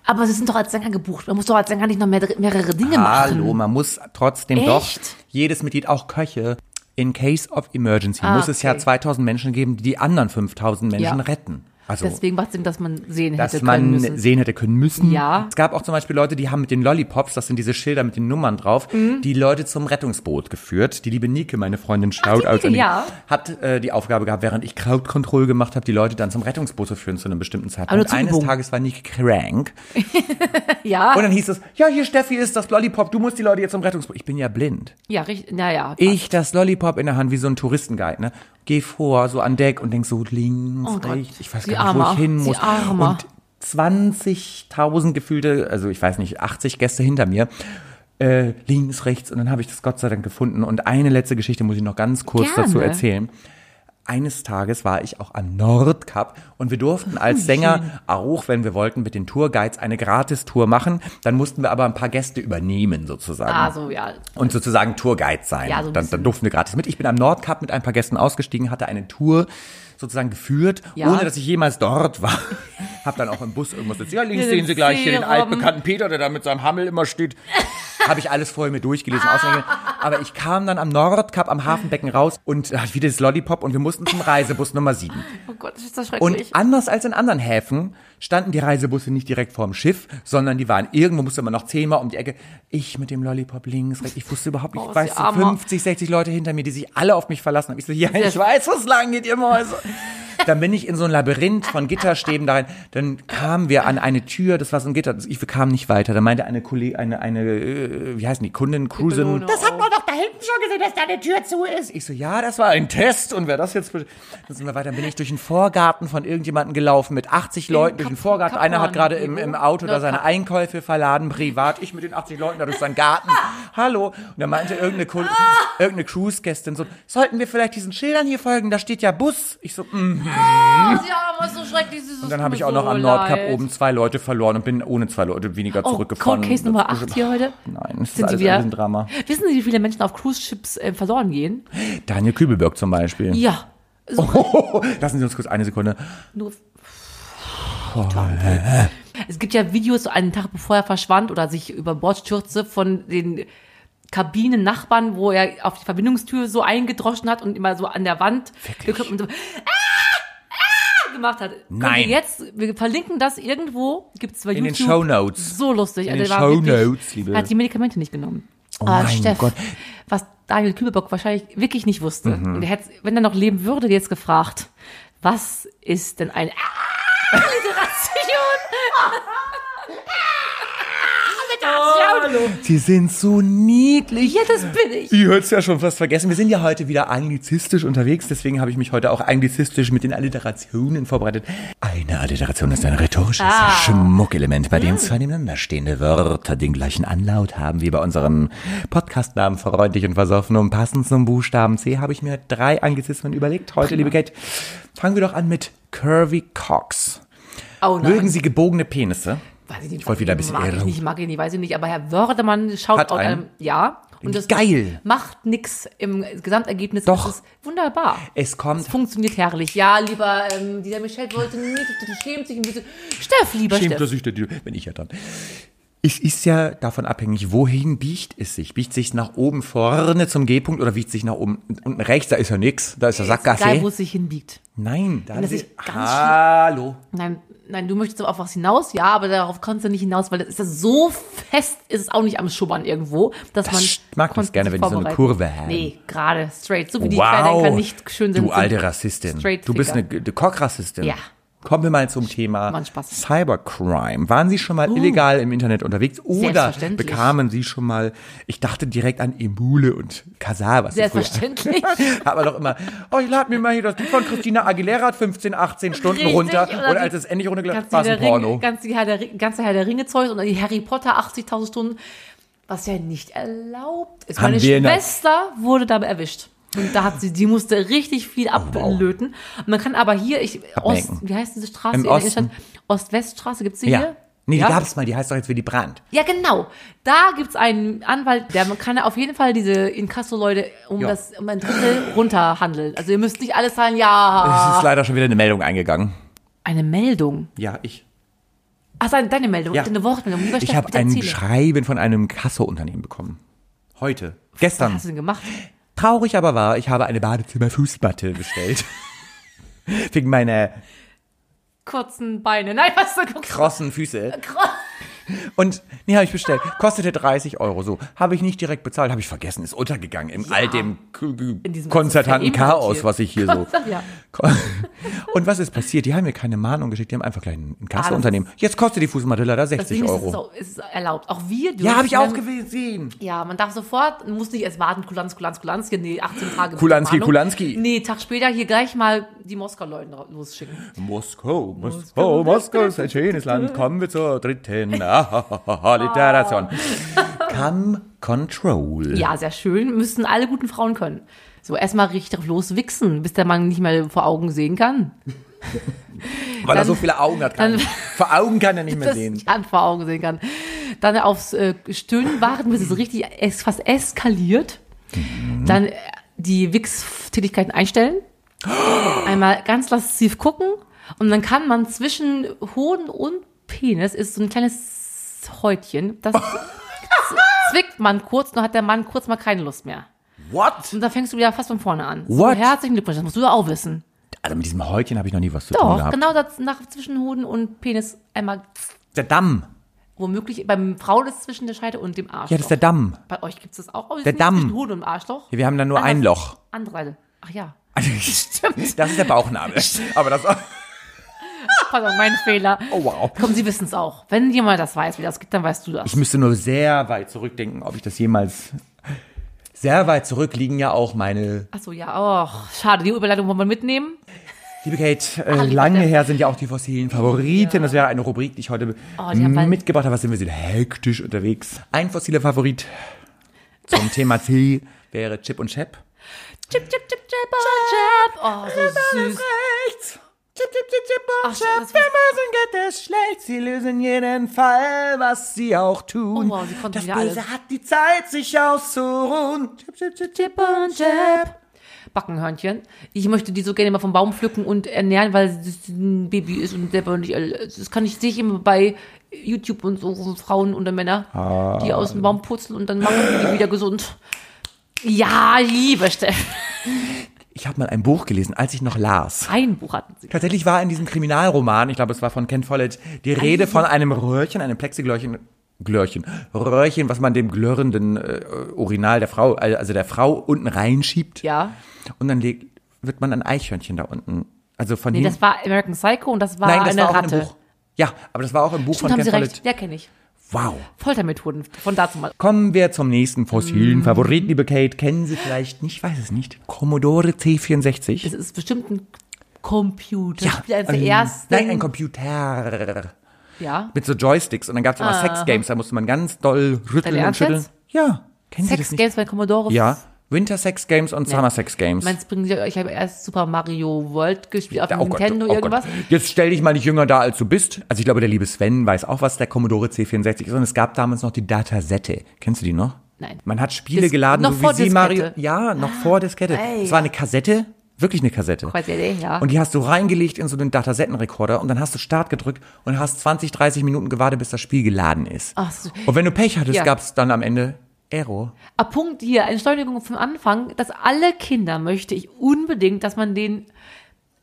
Speaker 1: Aber sie sind doch als Sänger gebucht. Man muss doch als Sänger nicht noch mehr, mehrere Dinge machen.
Speaker 2: Hallo, man muss trotzdem doch
Speaker 1: Echt?
Speaker 2: jedes Mitglied, auch Köche, in case of emergency
Speaker 1: Ah,
Speaker 2: muss es ja
Speaker 1: okay.
Speaker 2: 2000 Menschen geben, die die anderen 5000 Menschen
Speaker 1: Ja.
Speaker 2: retten. Also
Speaker 1: Deswegen macht es Sinn, dass man sehen
Speaker 2: dass
Speaker 1: hätte
Speaker 2: man
Speaker 1: können müssen.
Speaker 2: sehen hätte können müssen.
Speaker 1: Ja.
Speaker 2: Es gab auch zum Beispiel Leute, die haben mit den Lollipops, das sind diese Schilder mit den Nummern drauf,
Speaker 1: Mhm.
Speaker 2: die Leute zum Rettungsboot geführt. Die liebe Nike, meine Freundin, schaut
Speaker 1: Nike, ja.
Speaker 2: hat äh, die Aufgabe gehabt, während ich Crowdcontrol gemacht habe, die Leute dann zum Rettungsboot zu führen zu einem bestimmten
Speaker 1: Aber nur
Speaker 2: Zeitpunkt.
Speaker 1: zur
Speaker 2: Eines
Speaker 1: Übung.
Speaker 2: Tages war Nike krank
Speaker 1: ja,
Speaker 2: und dann hieß es, ja, hier Steffi ist das Lollipop, du musst die Leute jetzt zum Rettungsboot. Ich bin ja blind.
Speaker 1: ja, richtig. Naja.
Speaker 2: Ich das Lollipop in der Hand wie so ein Touristenguide, ne? Geh vor, so an Deck und denk so links,
Speaker 1: Oh Gott,
Speaker 2: rechts, ich weiß
Speaker 1: Sie
Speaker 2: gar nicht, wo
Speaker 1: Armer,
Speaker 2: ich hin
Speaker 1: Sie
Speaker 2: muss.
Speaker 1: Armer.
Speaker 2: Und 20.000 gefühlte, also ich weiß nicht, 80 Gäste hinter mir. Äh, links, rechts und dann habe ich das Gott sei Dank gefunden. Und eine letzte Geschichte muss ich noch ganz kurz
Speaker 1: Gerne.
Speaker 2: dazu erzählen. Eines Tages war ich auch am Nordkap und wir durften
Speaker 1: Oh,
Speaker 2: als Sänger, auch wenn wir wollten, mit den Tourguides eine Gratistour machen. Dann mussten wir aber ein paar Gäste übernehmen sozusagen.
Speaker 1: Also, ja.
Speaker 2: Und sozusagen Tourguide sein.
Speaker 1: Ja, so ein
Speaker 2: dann,
Speaker 1: bisschen.
Speaker 2: dann durften wir gratis mit. Ich bin am Nordkap mit ein paar Gästen ausgestiegen, hatte eine Tour sozusagen geführt,
Speaker 1: Ja.
Speaker 2: ohne dass ich jemals dort war. Hab dann auch im Bus irgendwas jetzt, ja, links
Speaker 1: Mit dem
Speaker 2: sehen Sie gleich hier den
Speaker 1: Seerobben.
Speaker 2: altbekannten Peter, der da mit seinem Hammel immer steht. Habe ich alles vorher mir durchgelesen, auswendig. Aber ich kam dann am Nordkap am Hafenbecken raus und hatte wieder das Lollipop und wir mussten zum Reisebus Nummer 7.
Speaker 1: Oh Gott, das ist das
Speaker 2: Und
Speaker 1: schrecklich.
Speaker 2: anders als in anderen Häfen standen die Reisebusse nicht direkt vorm Schiff, sondern die waren irgendwo, musste man noch zehnmal um die Ecke. Ich mit dem Lollipop links, rechts. Ich wusste überhaupt nicht,
Speaker 1: Oh,
Speaker 2: ich
Speaker 1: ist
Speaker 2: weiß,
Speaker 1: die Arme.
Speaker 2: 50, 60 Leute hinter mir, die sich alle auf mich verlassen haben. Ich so, ja, ich weiß, was lang geht, ihr Mäuse. Dann bin ich in so ein Labyrinth von Gitterstäben da rein. Dann kamen wir an eine Tür, das war so ein Gitter. Ich kam nicht weiter. Da meinte eine Kollegin, eine, eine, äh, wie heißen die, Kundin, Cruisen.
Speaker 1: Belohnung.
Speaker 2: Das hat man doch da hinten schon gesehen, dass da eine Tür zu ist. Ich so, ja, das war ein Test. Und wer das jetzt... be- Dann sind wir weiter. Dann bin ich durch den Vorgarten von irgendjemandem gelaufen mit 80 Leuten durch den
Speaker 1: Kap-
Speaker 2: Vorgarten. Einer hat
Speaker 1: Kaplan.
Speaker 2: gerade im, im Auto da
Speaker 1: Na,
Speaker 2: seine
Speaker 1: Kap-
Speaker 2: Einkäufe verladen, privat. Ich mit den 80 Leuten da durch seinen Garten.
Speaker 1: Ah.
Speaker 2: Hallo. Und dann meinte irgendeine, Kul- irgendeine Cruise-Gästin so, sollten wir vielleicht diesen Schildern hier folgen? Da steht ja Bus. Ich so, mm.
Speaker 1: Oh, sie haben so schrecklich. sie ist
Speaker 2: Und dann
Speaker 1: mir
Speaker 2: habe ich auch
Speaker 1: so
Speaker 2: noch am
Speaker 1: leid.
Speaker 2: Nordkap oben zwei Leute verloren und bin ohne zwei Leute weniger
Speaker 1: Oh,
Speaker 2: zurückgefahren.
Speaker 1: Cold Case Nummer 8 hier heute.
Speaker 2: Nein, es ist
Speaker 1: Sind
Speaker 2: alles
Speaker 1: Sie wieder,
Speaker 2: ein Drama.
Speaker 1: Wissen Sie, wie viele Menschen auf Cruise-Ships äh, verloren gehen?
Speaker 2: Daniel Kübelberg zum Beispiel.
Speaker 1: Ja. So,
Speaker 2: Lassen Sie uns kurz eine Sekunde.
Speaker 1: nur.
Speaker 2: Oh,
Speaker 1: Es gibt ja Videos, so einen Tag bevor er verschwand oder sich über Bord stürzte, von den Kabinen-Nachbarn, wo er auf die Verbindungstür so eingedroschen hat und immer so an der Wand geklopft und so, ah, ah, gemacht hat. Könnt ihr
Speaker 2: Nein.
Speaker 1: Jetzt, wir verlinken das irgendwo, gibt's bei
Speaker 2: In
Speaker 1: YouTube.
Speaker 2: den Shownotes.
Speaker 1: So lustig.
Speaker 2: In
Speaker 1: Also
Speaker 2: den
Speaker 1: der war wirklich-
Speaker 2: Shownotes, liebe-
Speaker 1: Er hat die Medikamente nicht genommen. Oh
Speaker 2: mein
Speaker 1: Steff,
Speaker 2: Gott.
Speaker 1: Was Daniel Kübelbock wahrscheinlich wirklich nicht wusste.
Speaker 2: Mhm.
Speaker 1: Und er hätte, wenn er noch leben würde, jetzt gefragt, was ist denn eine Alliteration? Alliteration!
Speaker 2: Sie sind so niedlich.
Speaker 1: Ja, das bin ich.
Speaker 2: Ihr hört es ja schon fast vergessen. Wir sind ja heute wieder anglizistisch unterwegs, deswegen habe ich mich heute auch anglizistisch mit den Alliterationen vorbereitet. Eine Alliteration ist ein rhetorisches
Speaker 1: Ah.
Speaker 2: Schmuckelement, bei
Speaker 1: Hm.
Speaker 2: dem zwei nebeneinander stehende Wörter den gleichen Anlaut haben wie bei unserem Podcastnamen freundlich und versoffen. Und passend zum Buchstaben C habe ich mir drei Anglizismen überlegt. Heute, liebe Kate, fangen wir doch an mit Curvy Cox.
Speaker 1: Oh nein.
Speaker 2: Mögen Sie gebogene Penisse?
Speaker 1: Weiß ich nicht.
Speaker 2: Ich wollte wieder ein bisschen
Speaker 1: Mag ich
Speaker 2: Ehre.
Speaker 1: nicht, mag ich nicht, weiß ich nicht. Aber Herr Wördemann schaut
Speaker 2: Hat
Speaker 1: aus
Speaker 2: einen.
Speaker 1: einem, ja. Und das
Speaker 2: Geil.
Speaker 1: macht nix im Gesamtergebnis.
Speaker 2: Doch.
Speaker 1: Das ist wunderbar.
Speaker 2: Es kommt
Speaker 1: Es funktioniert herrlich. Ja, lieber, ähm, dieser Michel wollte nicht, du schämt sich ein bisschen. Steff, lieber
Speaker 2: Schämt er
Speaker 1: Steff.
Speaker 2: sich denn, die- wenn ich ja dann. Es ist ja davon abhängig, wohin biegt es sich? Biegt sich nach oben vorne zum G-Punkt oder biegt sich nach oben unten rechts? Da ist ja nix, da ist der
Speaker 1: Egal, wo
Speaker 2: Sackgasse.
Speaker 1: es sich hinbiegt.
Speaker 2: Nein, da
Speaker 1: das
Speaker 2: ist
Speaker 1: ist ganz
Speaker 2: Hallo.
Speaker 1: Nein, nein, du möchtest aber auf was hinaus, ja, aber darauf konntest du nicht hinaus, weil das ist ja so fest, ist es auch nicht am Schubbern irgendwo, dass man.
Speaker 2: st- mag ich
Speaker 1: konnte
Speaker 2: gerne,
Speaker 1: sich
Speaker 2: wenn die so eine
Speaker 1: vorbereiten.
Speaker 2: Kurve haben.
Speaker 1: Nee, gerade, straight. So wie die Querdenker
Speaker 2: Wow.
Speaker 1: nicht schön sind.
Speaker 2: du
Speaker 1: sind
Speaker 2: alte Rassistin.
Speaker 1: straight
Speaker 2: Du bist
Speaker 1: Ficker.
Speaker 2: eine G- eine Cock-Rassistin.
Speaker 1: Ja.
Speaker 2: Kommen wir mal zum Thema
Speaker 1: Mann, Spaß. Oh.
Speaker 2: Cybercrime. Waren Sie schon mal illegal im Internet unterwegs oder
Speaker 1: Selbstverständlich.
Speaker 2: bekamen Sie schon mal, ich dachte direkt an Emule und Kasar, was Sie früher-
Speaker 1: Selbstverständlich.
Speaker 2: Hat man doch immer, oh, ich lad mir mal hier das Lied von Christina Aguilera hat 15, 18 Stunden
Speaker 1: Richtig,
Speaker 2: runter.
Speaker 1: oder
Speaker 2: Und
Speaker 1: die-
Speaker 2: als es endlich runtergeladen
Speaker 1: Ganz
Speaker 2: war,
Speaker 1: die,
Speaker 2: es ein
Speaker 1: der Ringe,
Speaker 2: Porno.
Speaker 1: ganz die Herr der, Ri- ganze Herr der Ringe Zeug und die Harry Potter 80.000 Stunden, was ja nicht erlaubt ist.
Speaker 2: Haben
Speaker 1: Meine
Speaker 2: wir in der-
Speaker 1: Schwester wurde dabei erwischt. Und da hat sie, die musste richtig viel
Speaker 2: Oh,
Speaker 1: ablöten. Und man kann aber hier, ich, Ost,
Speaker 2: Abmenken.
Speaker 1: wie heißt diese Straße
Speaker 2: Im
Speaker 1: in der
Speaker 2: Osten.
Speaker 1: Innenstadt? Ost-West-Straße, gibt's die
Speaker 2: Ja.
Speaker 1: hier?
Speaker 2: Nee, die
Speaker 1: ja?
Speaker 2: gab's mal, die heißt doch jetzt Willy Brandt.
Speaker 1: Ja, genau. Da gibt's einen Anwalt, der kann auf jeden Fall diese Inkasso-Leute um,
Speaker 2: Ja.
Speaker 1: das um ein Drittel runterhandeln. Also ihr müsst nicht alles zahlen, ja.
Speaker 2: Es ist leider schon wieder eine Meldung eingegangen.
Speaker 1: Eine Meldung.
Speaker 2: Ja, ich.
Speaker 1: Ach, deine deine Meldung,
Speaker 2: Ja.
Speaker 1: deine Wortmeldung. Lieber
Speaker 2: Ich
Speaker 1: Steff,
Speaker 2: habe
Speaker 1: bitte
Speaker 2: ein
Speaker 1: erzähle.
Speaker 2: Schreiben von einem Kassounternehmen bekommen. Heute.
Speaker 1: Was
Speaker 2: Gestern.
Speaker 1: hast du denn gemacht?
Speaker 2: Traurig aber war, ich habe eine Badezimmerfußmatte bestellt. Wegen meiner
Speaker 1: Kurzen Beine. Nein, was du guckst.
Speaker 2: krossen Füße. Und nee, habe ich bestellt. Kostete 30 Euro. So habe ich nicht direkt bezahlt, habe ich vergessen. Ist untergegangen im all dem k- k-
Speaker 1: diesem
Speaker 2: konzertanten
Speaker 1: ganzen Verebenheit
Speaker 2: Chaos,
Speaker 1: hier.
Speaker 2: was ich hier so.
Speaker 1: Ja.
Speaker 2: Und was ist passiert? Die haben mir keine Mahnung geschickt. Die haben einfach gleich ein Kasseunternehmen. Jetzt kostet die Fußmatte leider 60
Speaker 1: Deswegen ist es,
Speaker 2: Euro.
Speaker 1: so, ist es erlaubt. Auch wir dürfen.
Speaker 2: Ja, habe ich auch
Speaker 1: dann-
Speaker 2: gesehen.
Speaker 1: Ja, man darf sofort, muss nicht erst warten, Kulanz, Kulanz, Kulanz, hier, nee, 18 Tage.
Speaker 2: Kulanski,
Speaker 1: Mahnung.
Speaker 2: Kulanski.
Speaker 1: Nee, Tag später hier gleich mal die Moskau-Leute ra- losschicken.
Speaker 2: Moskau, Moskau, Moskau ist ein schönes Land. Kommen wir zur dritten Alliteration. Come Control.
Speaker 1: Ja, sehr schön, müssen alle guten Frauen können. So, erstmal richtig drauf loswichsen, bis der Mann nicht mehr vor Augen sehen kann.
Speaker 2: Weil er
Speaker 1: dann-
Speaker 2: so viele Augen hat. Kann.
Speaker 1: dann-
Speaker 2: Vor Augen kann er nicht mehr
Speaker 1: Dass
Speaker 2: sehen.
Speaker 1: ich an vor Augen sehen kann. Dann aufs äh, Stöhnen warten, bis es richtig es fast eskaliert.
Speaker 2: Mhm.
Speaker 1: Dann äh, die Wix-Tätigkeiten einstellen. Einmal ganz lasziv gucken. Und dann kann man zwischen Hoden und Penis ist so ein kleines Häutchen. Das zwickt man kurz, nur hat der Mann kurz mal keine Lust mehr.
Speaker 2: What?
Speaker 1: Und dann fängst du wieder fast von vorne an.
Speaker 2: What?
Speaker 1: So, herzlichen Glückwunsch, das musst du ja auch wissen.
Speaker 2: Also mit diesem Häutchen habe ich noch nie was zu tun
Speaker 1: Doch,
Speaker 2: gehabt.
Speaker 1: genau das nach zwischen Hoden und Penis einmal,
Speaker 2: Der Damm.
Speaker 1: womöglich, beim Frau das zwischen der Scheide und dem Arschloch.
Speaker 2: Ja, das ist der Damm.
Speaker 1: Bei euch gibt's das auch? aber
Speaker 2: Der
Speaker 1: ist nicht
Speaker 2: Damm.
Speaker 1: Zwischen Hoden und Arschloch?
Speaker 2: Wir haben da nur ein
Speaker 1: Anders.
Speaker 2: Loch.
Speaker 1: Andere Seite. Ach ja.
Speaker 2: Das ist der Bauchnabel. Aber das.
Speaker 1: Pardon, mein Fehler.
Speaker 2: Oh, wow.
Speaker 1: Komm, Sie wissen's auch. Wenn jemand das weiß, wie das geht, dann weißt du das.
Speaker 2: Ich müsste nur sehr weit zurückdenken, ob ich das jemals. Sehr weit zurück liegen ja auch meine.
Speaker 1: Ach so, ja. Och, schade, die Überleitung wollen wir mitnehmen.
Speaker 2: Liebe Kate, äh, lange her sind ja auch die fossilen Favoriten. Das wäre eine Rubrik, die ich heute
Speaker 1: Oh, ich hab mal-
Speaker 2: mitgebracht habe. Was sind wir sind hektisch unterwegs. Ein fossiler Favorit zum Thema C wäre Chip und Chap.
Speaker 1: Chip, chip, chip, chip, chip. Oh, so süß.
Speaker 2: rechts. Chip, chip, chip, chip,
Speaker 1: Ach, Chip. das war- Wir
Speaker 2: müssen geht es schlecht. Sie lösen jeden Fall, was sie auch tun.
Speaker 1: Oh, wow, sie konnten Das wieder Böse alles.
Speaker 2: hat die Zeit, sich auszuruhen. Chip, chip, chip, chip und chip.
Speaker 1: Backenhörnchen. Ich möchte die so gerne mal vom Baum pflücken und ernähren, weil das ein Baby ist und selber nicht. alle- Das kann ich sehe ich immer bei YouTube und so Frauen oder Männer, die aus dem Baum putzen und dann machen die die wieder gesund. Ja, liebe Steff.
Speaker 2: Ich habe mal ein Buch gelesen, als ich noch las.
Speaker 1: Ein Buch hatten sie.
Speaker 2: Tatsächlich war in diesem Kriminalroman, ich glaube, es war von Ken Follett, die Rede von einem Röhrchen, einem Plexiglöhrchen, Glöhrchen, Röhrchen, was man dem glörrenden äh, Urinal der Frau, also der Frau unten reinschiebt.
Speaker 1: Ja.
Speaker 2: Und dann legt, wird man ein Eichhörnchen da unten. Also von
Speaker 1: Nee,
Speaker 2: hinten.
Speaker 1: das war American Psycho und das war
Speaker 2: Nein, das
Speaker 1: eine
Speaker 2: war auch in
Speaker 1: Ratte.
Speaker 2: einem Buch. Ja, aber das war auch im Buch
Speaker 1: Stimmt,
Speaker 2: von
Speaker 1: haben
Speaker 2: Ken
Speaker 1: Sie
Speaker 2: Follett.
Speaker 1: recht. Ja, kenne ich.
Speaker 2: Wow.
Speaker 1: Foltermethoden von dazu mal.
Speaker 2: Kommen wir zum nächsten fossilen
Speaker 1: Mm.
Speaker 2: Favoriten, liebe Kate. Kennen Sie vielleicht nicht, weiß es nicht. Commodore C64.
Speaker 1: Es ist bestimmt ein Computer.
Speaker 2: ja,
Speaker 1: eines der
Speaker 2: ähm,
Speaker 1: ersten.
Speaker 2: Nein, ein Computer.
Speaker 1: ja.
Speaker 2: Mit so Joysticks. Und dann gab es immer Sexgames, da musste man ganz doll rütteln und
Speaker 1: Ah. ernst
Speaker 2: schütteln.
Speaker 1: jetzt?
Speaker 2: Ja. Kennen Sie das
Speaker 1: Sex
Speaker 2: nicht?
Speaker 1: Games bei Commodore.
Speaker 2: Ja. Winter Sex Games und Summer Sex Games.
Speaker 1: Meins bringen sie euch, ich habe erst Super Mario World gespielt auf dem
Speaker 2: Oh Gott,
Speaker 1: Nintendo
Speaker 2: oh Gott.
Speaker 1: irgendwas.
Speaker 2: Jetzt stell dich mal nicht jünger da, als du bist. Also ich glaube, der liebe Sven weiß auch, was der Commodore C64 ist. Und es gab damals noch die Datasette. Kennst du die noch?
Speaker 1: Nein.
Speaker 2: Man hat Spiele
Speaker 1: Dis-
Speaker 2: geladen,
Speaker 1: noch
Speaker 2: so
Speaker 1: vor
Speaker 2: wie sie Mario.
Speaker 1: Diskette. Ah,
Speaker 2: Ja, noch vor Diskette.
Speaker 1: ey,
Speaker 2: Es war eine Kassette, wirklich eine Kassette.
Speaker 1: Quasi, ja.
Speaker 2: Und die hast du reingelegt in so einen Datasettenrekorder und dann hast du Start gedrückt und hast 20, 30 Minuten gewartet, bis das Spiel geladen ist.
Speaker 1: Ach so.
Speaker 2: Und wenn du Pech hattest,
Speaker 1: Ja.
Speaker 2: gab es dann am Ende Error.
Speaker 1: Ah, Punkt hier, Entschleunigung vom Anfang, dass alle Kinder möchte ich unbedingt, dass man den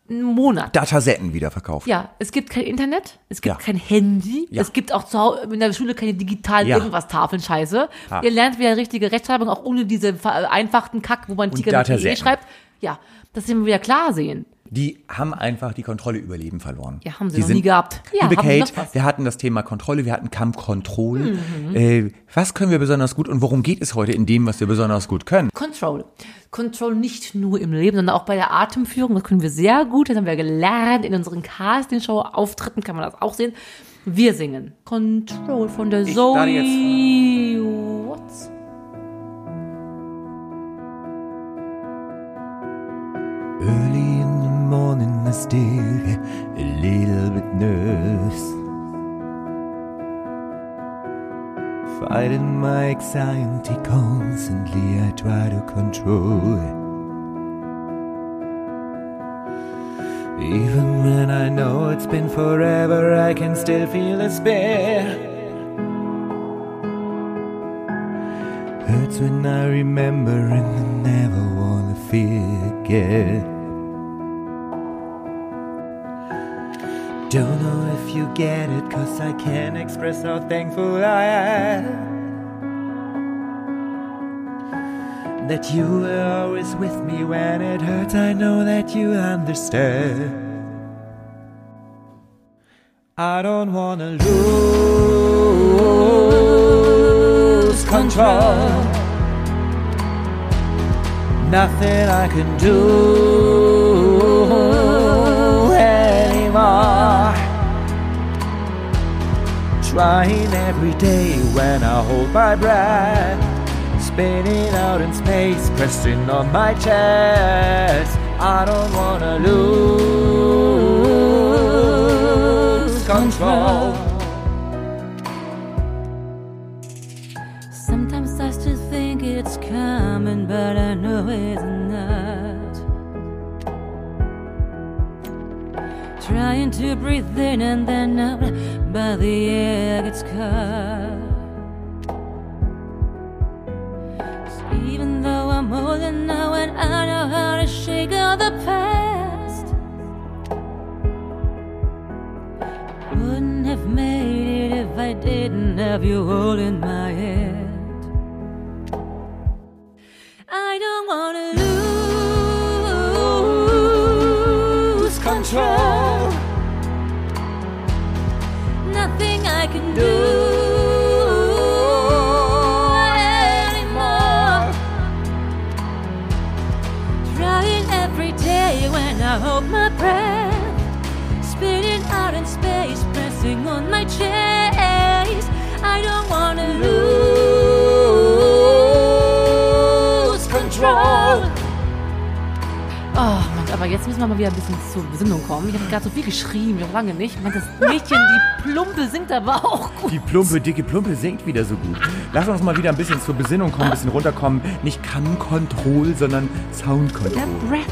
Speaker 1: einen Monat.
Speaker 2: Datasetten wieder verkauft.
Speaker 1: Ja, es gibt kein Internet, es gibt
Speaker 2: Ja.
Speaker 1: kein Handy,
Speaker 2: Ja.
Speaker 1: es gibt auch zu Hause, in der Schule keine digitalen
Speaker 2: Ja.
Speaker 1: irgendwas Tafeln Scheiße.
Speaker 2: Ha.
Speaker 1: Ihr lernt wieder richtige Rechtschreibung, auch ohne diese vereinfachten Kack, wo man Tiger mit
Speaker 2: Datasetten.
Speaker 1: TE schreibt. Ja, dass wir wieder klar sehen.
Speaker 2: Die haben einfach die Kontrolle über Leben verloren.
Speaker 1: Ja, haben sie
Speaker 2: Die
Speaker 1: noch nie gehabt. Ja,
Speaker 2: liebe
Speaker 1: haben sie
Speaker 2: Kate,
Speaker 1: noch was. Mhm.
Speaker 2: wir hatten das Thema Kontrolle, wir hatten Kampf Control. Äh, was können wir besonders gut und worum geht es heute in dem, was wir besonders gut können?
Speaker 1: Control. Control nicht nur im Leben, sondern auch bei der Atemführung. Das können wir sehr gut. Das haben wir gelernt in unseren Casting-Show-Auftritten. Kann man das auch sehen. Wir singen Control von der
Speaker 2: lade
Speaker 1: Zoe. Watts.
Speaker 3: Early in the morning, I still get a little bit nervous. Fighting my anxiety constantly, I try to control it. Even when I know it's been forever, I can still feel despair. Hurts when I remember and I never wanna feel again. Don't know if you get it, cause I can't express how thankful I am. That you were always with me when it hurts, I know that you understand. I don't wanna lose control. Nothing I can do anymore. Trying every day when I hold my breath. Spinning out in space, pressing on my chest. I don't wanna lose control.
Speaker 4: Sometimes I still think it's coming, but I know it's not. Trying to breathe in and then out, but the air gets caught.
Speaker 1: older now and I know how to shake all the past. Wouldn't have made it if I didn't have you holding my hand. I don't wanna lose control. Nothing I can do anymore. Trying every day when I hold my breath. Spitting out in space, pressing on my chest. I don't wanna lose control.
Speaker 5: Oh Mann, aber jetzt müssen wir mal wieder ein bisschen zur Besinnung kommen. Ich habe gerade so viel geschrieben, ich hab lange nicht. Ich meine, das Mädchen, die Plumpe singt aber auch gut.
Speaker 2: Die plumpe, dicke Plumpe singt wieder so gut. Lass uns mal wieder ein bisschen zur Besinnung kommen, ein bisschen runterkommen. Nicht Cam Control, sondern Sound Control.
Speaker 5: Der Breath.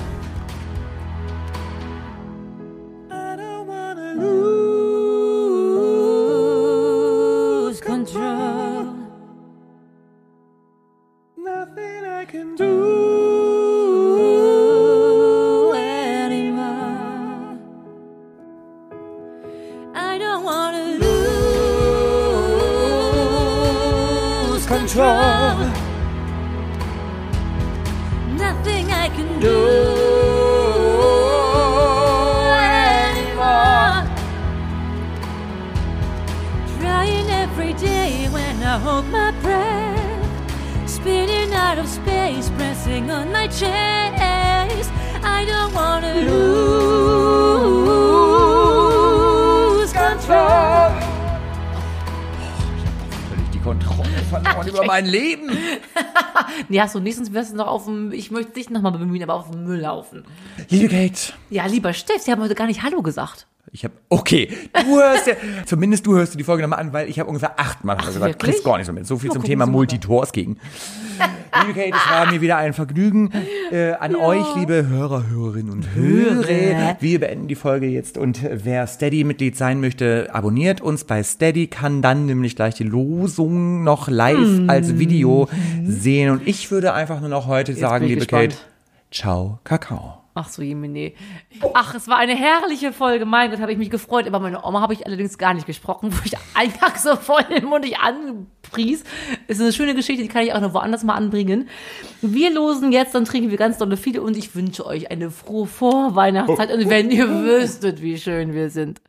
Speaker 1: lose control.
Speaker 2: Nothing I can do.
Speaker 1: anymore. I don't want to lose control. Nothing I can do. anymore. Trying every day when I hold my breath. Spinning out of space, pressing on my chest. I don't want to lose control.
Speaker 2: Völlig die Kontrolle verloren über mein Leben.
Speaker 5: Nee, hast du nicht, sonst wärst du noch auf dem, ich möchte dich nochmal bemühen, aber auf dem Müllhaufen.
Speaker 2: Liebe Kate.
Speaker 5: Ja, lieber Steff, Sie haben heute gar nicht Hallo gesagt.
Speaker 2: Ich habe okay, du hörst ja, zumindest du hörst dir die Folge nochmal an, weil ich habe ungefähr achtmal Hallo gesagt,
Speaker 5: wirklich?
Speaker 2: kriegst gar nicht so mit. So viel
Speaker 5: Na,
Speaker 2: zum
Speaker 5: gucken
Speaker 2: Thema
Speaker 5: Sie mal.
Speaker 2: Multitasking. liebe Kate, es war mir wieder ein Vergnügen äh, an euch, liebe Hörer, Hörerinnen und Hörer. Wir beenden die Folge jetzt und wer Steady-Mitglied sein möchte, abonniert uns bei Steady, kann dann nämlich gleich die Losung noch live
Speaker 5: Hm.
Speaker 2: als Video sehen. Und ich würde einfach nur noch heute sagen,
Speaker 5: bin ich
Speaker 2: liebe
Speaker 5: gespannt.
Speaker 2: Kate, ciao, Kakao.
Speaker 5: Ach so, Jemine. Ach, es war eine herrliche Folge. Mein Gott, habe ich mich gefreut. Aber meine Oma habe ich allerdings gar nicht gesprochen, wo ich einfach so voll im Mund ich anpries. Es ist eine schöne Geschichte, die kann ich auch noch woanders mal anbringen. Wir losen jetzt, dann trinken wir ganz dolle viele und ich wünsche euch eine frohe Vorweihnachtszeit. Und wenn ihr wüsstet, wie schön wir sind.